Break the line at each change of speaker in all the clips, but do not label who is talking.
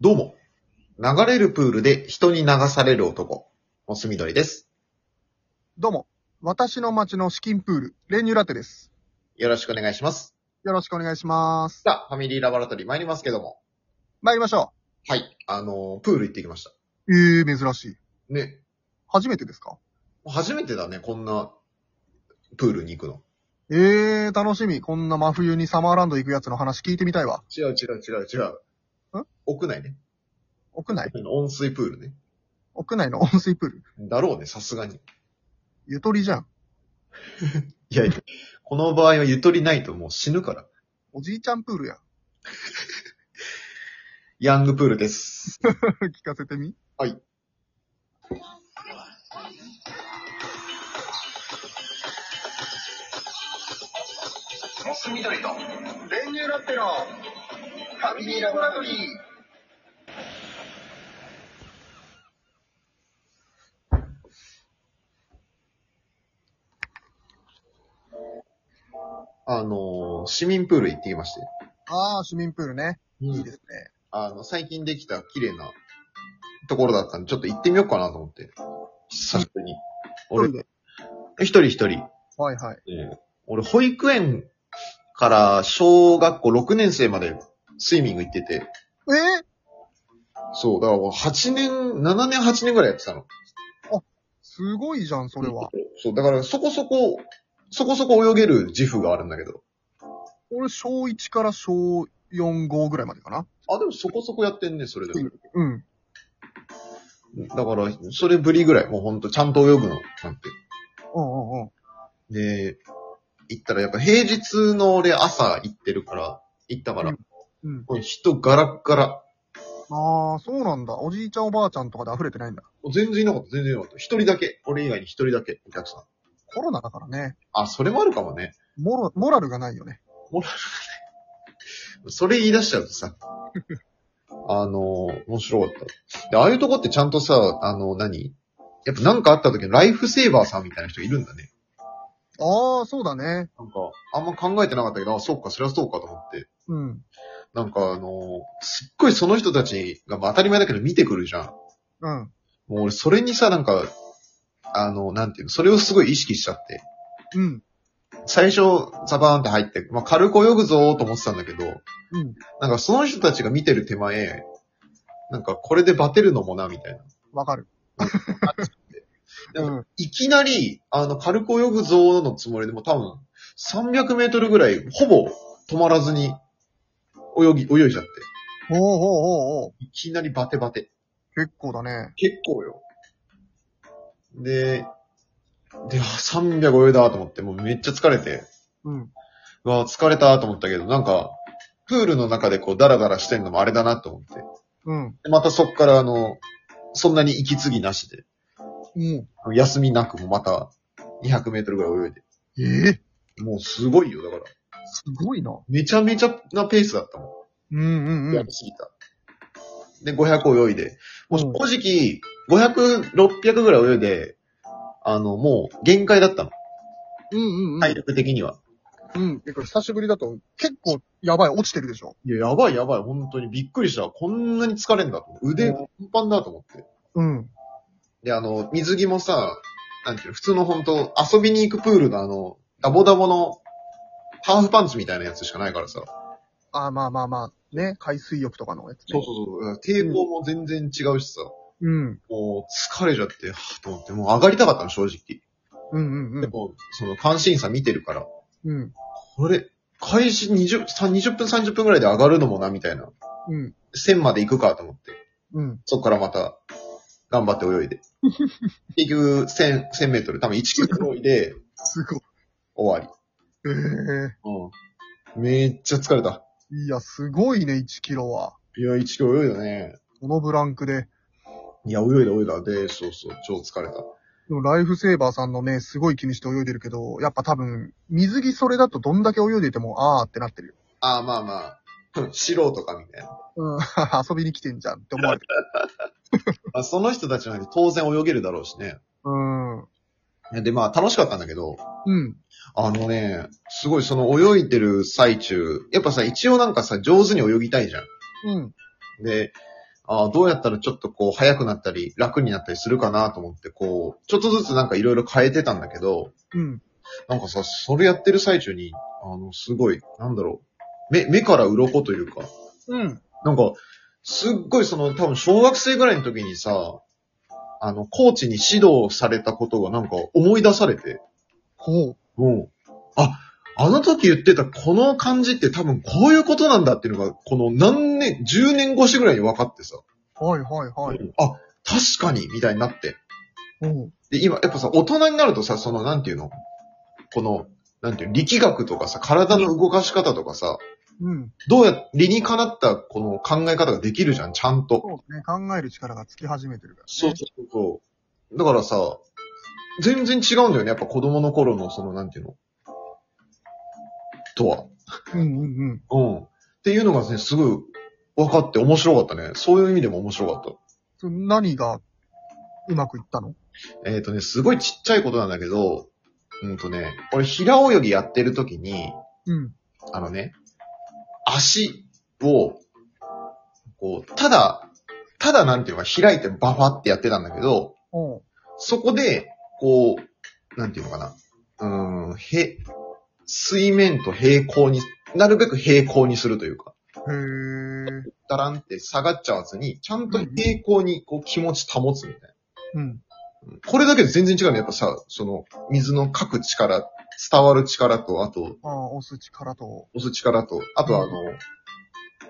どうも。流れるプールで人に流される男。モスみどりです。
どうも。私の町の資金プール、練乳ラテです。
よろしくお願いします。
よろしくお願いします。
さあ、ファミリーラボラトリー参りますけども。
参りましょ
はい。あのー、プール行ってきました。
う。えー、珍しい。
ね。
初めてですか
初めてだね、こんな、プールに行くの。
えー、楽しみ。こんな真冬にサマーランド行くやつの話聞いてみたいわ。
違う違う違う違う。
ん
屋内ね。
屋内
屋内の温水プールね。
屋内の温水プール。
だろうね、さすがに。
ゆとりじゃん。
いやいや、この場合はゆとりないともう死ぬから。
おじいちゃんプールや。
ヤングプールです。
聞かせてみ。
はい。
モス緑と、練乳ラテの、ファミリーラボラトリー。
あのー、市民プール行ってきまして。
あー、市民プールね。いいですね。
あの、最近できた綺麗なところだったんで、ちょっと行ってみようかなと思って。久しぶりに。俺
一人、で
一人一人。
はいはい。
俺、保育園から小学校6年生までスイミング行ってて、
えー、
そう、だからもう8年、7年8年ぐらいやってたの。
すごいじゃん、それは。
そう、だからそこそこ、そこそこ泳げる自負があるんだけど。
俺、小1から小4、5ぐらいまでかな。
あ、でもそこそこやってんね、それでも。
うん。
だから、それぶりぐらい、もうほんと、ちゃんと泳ぐの、なんて。
うんうんうん。
で、行ったらやっぱ平日の俺朝行ってるから、行ったから、
うん。
もう人ガラッガラ。
ああ、そうなんだ。おじいちゃんおばあちゃんとかで溢れてないんだ。
もう全然いなかった、全然いなかった。一人だけ。俺以外に一人だけ、お客さん。
コロナだからね。
あ、それもあるかもね。
モロ、モラルがないよね。
それ言い出しちゃうと さ。あのー、面白かった。で、ああいうとこってちゃんとさ、あの何やっぱなんかあった時のライフセーバーさんみたいな人いるんだね。
ああ、そうだね。
なんか、あんま考えてなかったけど、あ、そうか、そりゃそうかと思って。
うん。
なんかあのーすっごいその人たちが、まあ当たり前だけど見てくるじゃん。
うん。
もう俺、それにさ、なんか、あの、なんていうの、それをすごい意識しちゃって。
うん。
最初、ザバーンって入って、まあ、軽く泳ぐぞーと思ってたんだけど、
うん。
なんかその人たちが見てる手前、なんかこれでバテるのもな、みたいな。
わかる。
でも
うん。
いきなり、あの、軽く泳ぐぞーのつもりでも多分、300メートルぐらい、ほぼ止まらずに、泳ぎ、泳いじゃって。
ほうほうほうほう。
いきなりバテバテ。
結構だね。
結構よ。で、で、あ300泳いだと思って、もうめっちゃ疲れて。
うん。
うわ、疲れたと思ったけど、なんか、プールの中でこう、ダラダラしてんのもあれだなと思って。
うん。
でまたそっから、あの、そんなに息継ぎなしで、
うん。
休みなくもまた200メートルぐらい泳いで。
ええ
もうすごいよ、だから。
すごいな。
めちゃめちゃなペースだったも
うんうん
ん。
う
や
ん
り。すぎた。で、500泳いで。もう正直、500、600ぐらい泳いで、あの、もう限界だったの。
うんうんうん。
体。力的には。
うん。結構久しぶりだと結構やばい、落ちてるでしょ。
いや、やばいやばい、本当に。びっくりした。こんなに疲れんだと思って。腕、
う
パンパンだと思って。
うん。
で、あの、水着もさ、なんていうの、普通の本当遊びに行くプールのあの、ダボダボの、ハーフパンツみたいなやつしかないからさ。
ああ、まあまあまあ。ね。海水浴とかのやつ、ね。
そうそうそう。抵抗も全然違うしさ。
う。うん。
もう、疲れちゃって、はぁと思って、もう上がりたかったの、正直。
うんうんう
で
ん。
も、その、関心差見てるから、
うん。
これ、開始20、さ20分、30分ぐらいで上がるのもな、みたいな。
うん。
1000まで行くかと思って。
うん。
そっからまた、頑張って泳いで。結局、1000、1000メートル、多分1キロ泳いで、
すごい。
終わり。
ええ
うん。めっちゃ疲れた。
いや、すごいね、1キロは。
いや、1キロ泳いだね。
このブランクで。
いや、泳いだ泳いだ。で、そうそう、超疲れた。
でもライフセーバーさんのね、すごい気にして泳いでるけど、やっぱ多分、水着それだとどんだけ泳いでても、あーってなってるよ。
ああ、まあ まあ、素人かみたいな。
うん、 遊びに来てんじゃんって思われてる。
まあ、その人たちなんて当然泳げるだろうしね。
うん。
で、まあ、楽しかったんだけど、
うん。
あのね、すごいその泳いでる最中、やっぱさ、一応なんかさ、上手に泳ぎたいじゃん。
うん。
で、ああ、どうやったらちょっとこう、早くなったり、楽になったりするかなと思って、こう、ちょっとずつなんかいろいろ変えてたんだけど、
うん。
なんかさ、それやってる最中に、あの、すごい、なんだろう、目、目から鱗というか、
うん。
なんか、すっごいその、多分小学生ぐらいの時にさ、あの、コーチに指導されたことがなんか思い出されて、
ほう。
うん。あ、あの時言ってたこの感じって多分こういうことなんだっていうのが、この何年、10年越しぐらいに分かってさ、
はいはいはい。
あ、確かに、みたいになって。
ほう。
で、今、やっぱさ、大人になるとさ、その、なんていうのこの、なんていうの力学とかさ、体の動かし方とかさ、
うん。
どうや、理にかなったこの考え方ができるじゃん、ちゃんと。
そうね。考える力がつき始めてるから。
そうそうそう。だからさ、全然違うんだよね。やっぱ子供の頃のその、なんていうのとは。
うんうんうん。
うん。っていうのがね、すぐ分かって面白かったね。そういう意味でも面白かっ
そ何がうまくいったの
た。えっ、とね、すごいちっちゃいことなんだけど、うんとね、俺平泳ぎやってる時に、
うん。
あのね、足を、こう、ただ、ただなんていうのか、開いてバファってやってたんだけど、
ほ
そこで、こう、なんていうのかな、うーん、へ、水面と平行に、なるべく平行にするというか、
う。へー。
ダランって下がっちゃわずに、ちゃんと平行にこう気持ち保つみたいな。
うん。
うんこれだけで全然違うね。やっぱさ、その、水の書く力、伝わる力と、あと、
ああ、押す力と。
押す力と、あとはあの、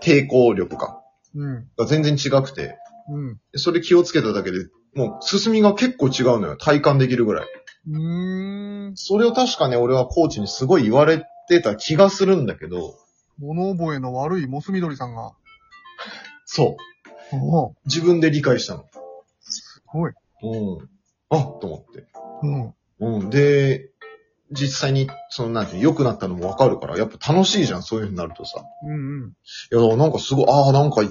抵抗力か。
うん。
が全然違くて、
うん。
でそれ気をつけただけで、もう進みが結構違うのよ。体感できるぐらい。
うーん。
それを確かね、俺はコーチにすごい言われてた気がするんだけど、
物覚えの悪いモス緑さんが。
そう。
おお。
自分で理解したの。
すごい。
うん。あと思って。
うん。
うん。で、実際に、その、なんていう、良くなったのもわかるから、やっぱ楽しいじゃん、そういう風になるとさ。
うんう
い
ん。
や、だからなんかすごい、ああ、なんか、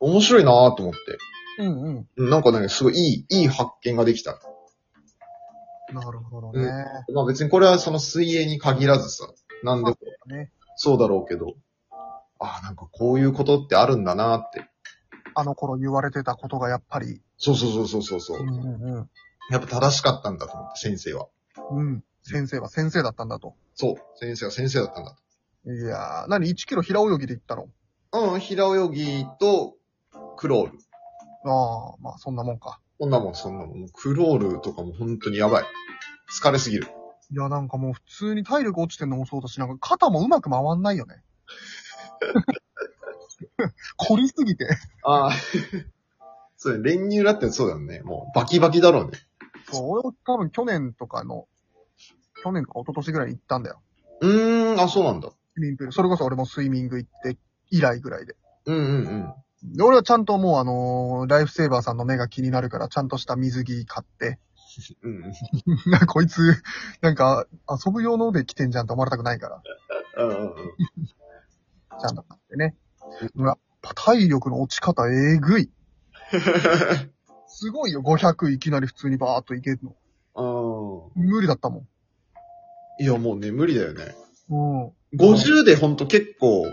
面白いなーと思って。
うんうん。
うんなんかね、すごいいい、いい発見ができた。
なるほどね。
まあ別にこれはその水泳に限らずさ、なんでも
ね
そうだろうけど、ああ、なんかこういうことってあるんだなーって。
あの頃言われてたことがやっぱり。
そうそうそうそうそうそうう。
んうん
やっぱ正しかったんだと思って、先生は。
うん。うん。先生は先生だったんだと。
そう、先生は先生だったんだ
いやー、何 ?1 キロ平泳ぎで行ったの
と。うん、平泳ぎと、クロール。
ああ、まあそんなもんか。
こんなもん、そんなもん。もうクロールとかも本当にやばい。疲れすぎる。
いや、なんかもう普通に体力落ちてんのもそうだし、なんか肩もうまく回んないよね。 凝りすぎて。
ああ。 そうね、練乳だってそうだよね。もうバキバキだろうね。
そう、俺も多分去年とかの、去年とか一昨年ぐらいに行ったんだよ。
うーん、あ、そうなんだ。
スイミングプール。それこそ俺もスイミング行って以来ぐらいで。
うんうんうん。
で、俺はちゃんともうあのーライフセーバーさんの目が気になるから、ちゃんとした水着買って、
うんうん。
なんかこいつ、なんか遊ぶ用ので着てんじゃんと思われたくないから、
うんうんうん
ちゃんと買ってね。やっぱ体力の落ち方えぐい。すごいよ、500いきなり普通にバーっといけるの。
う
無理だったも
ん。いや、もうね、無理だよね。
ん。うん。おう
50でほんと結構、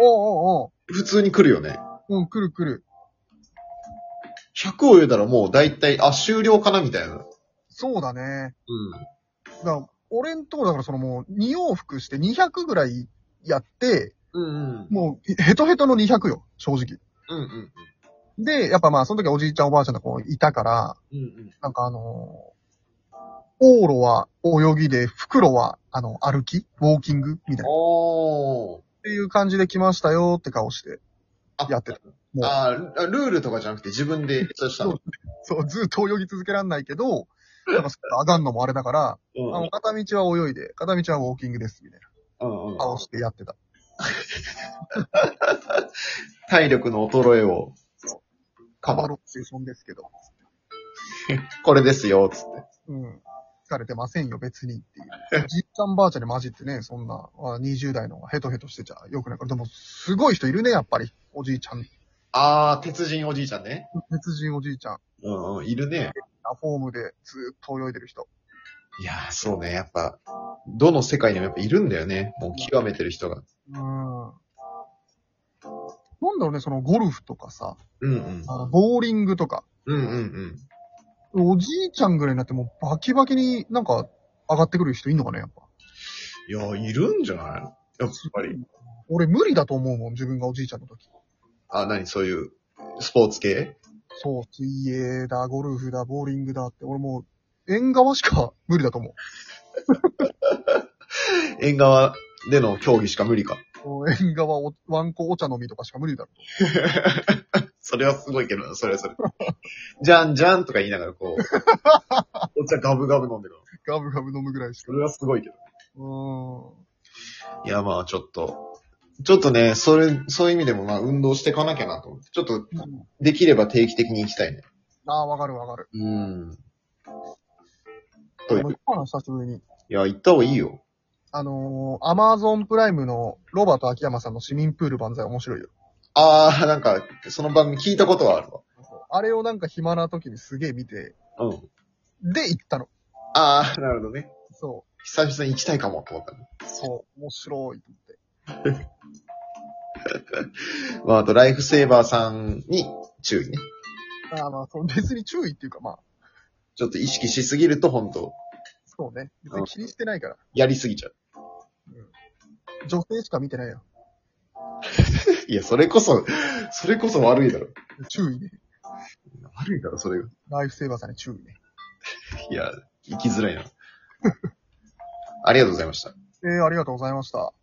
おう
普通に来るよね。
おう。うん、来る来る。
100を入れたらもう大体、あ、終了かなみたいな。うん。
そうだね。だから、俺んとこだからそのもう、2往復して200ぐらいやって、
うんうん。
もう、ヘトヘトの200よ、正直。
うんうん
で、やっぱまあ、その時おじいちゃんおばあちゃんとかもいたから、
うん。うん
なんかあのー往路は泳ぎで、袋は、あの、歩きウォーキングみたいな。っ
おー。
ていう感じで来ましたよって顔して
あ、
やってた。もう
あールールとかじゃなくて自分で、そうしたの。
そう、ずっと泳ぎ続けらんないけど、やっぱそこ上がんのもあれだから、
うん
あの、片道は泳いで、片道はウォーキングです、みたいな
うんうん
顔してやってた。
体力の衰えを、カバ
カ
ー。
バロっていうそんですけど。
これですよ、つって。
うん。疲れてませんよ、別にっていう。じいちゃんばあちゃんに混じってね、そんな、あ20代のヘトヘトしてちゃよくないから。でも、すごい人いるね、やっぱり。おじいちゃん。
あー、鉄人おじいちゃんね。
別人おじいちゃん。
うんうん、いるね。
アフォームでずっと泳いでる人。
いやー、そうね、やっぱ、どの世界にもやっぱいるんだよね。もう極めてる人が。
うん。なんだろうね、そのゴルフとかさ、
うんうん。
あのボーリングとか、
うんうんうん。
おじいちゃんぐらいになってもうバキバキになんか上がってくる人いんのかね、やっぱ。
いや、いるんじゃないやっぱり。
俺無理だと思うもん、自分がおじいちゃんの時。
あ、何そういう、スポーツ系
そう、水泳だ、ゴルフだ、ボーリングだって、俺もう、縁側しか無理だと思う。
縁側での競技しか無理か。
もう縁側お、ワンコお茶飲みとかしか無理だろ。
それはすごいけどな、それは それ。じゃんじゃんとか言いながらこう、お茶ガブガブ飲んでるの。
ガブガブ飲むぐらいしか
そ。れはすごいけど。
うーん。
いや、まあちょっと、ちょっとね、それ、そういう意味でもまあ運動していかなきゃなと思って、ちょっとできれば定期的に行きたいね。
ああ、わかるわかる。
うん。とい
俺
う
も
い
今の久しぶりに、
や、行った方がいいよ。
あのー、アマゾンプライムのロバート秋山さんの市民プール万歳面白いよ。
あー、なんか、その番組聞いたことはある
あれをなんか暇な時にすげえ見て、
わ。うん。
で行ったの。
あー、なるほどね。
そ
久々に行きたいかもと思ったね。
う。そう。面白いって言って。
まあ、あと、ライフセーバーさんに注意ね。
あーまあ、その別に注意っていうかまあ、
ちょっと意識しすぎると、本当
そうね。別に気にしてないから。
やりすぎちゃう。
女性しか見てないよ。
いや、それこそ、それこそ悪いだろ。
注意ね。
悪いだろ、それが。
ライフセーバーさんに注意ね。
いや、生きづらいな。ありがとうございました。
えー、ありがとうございました。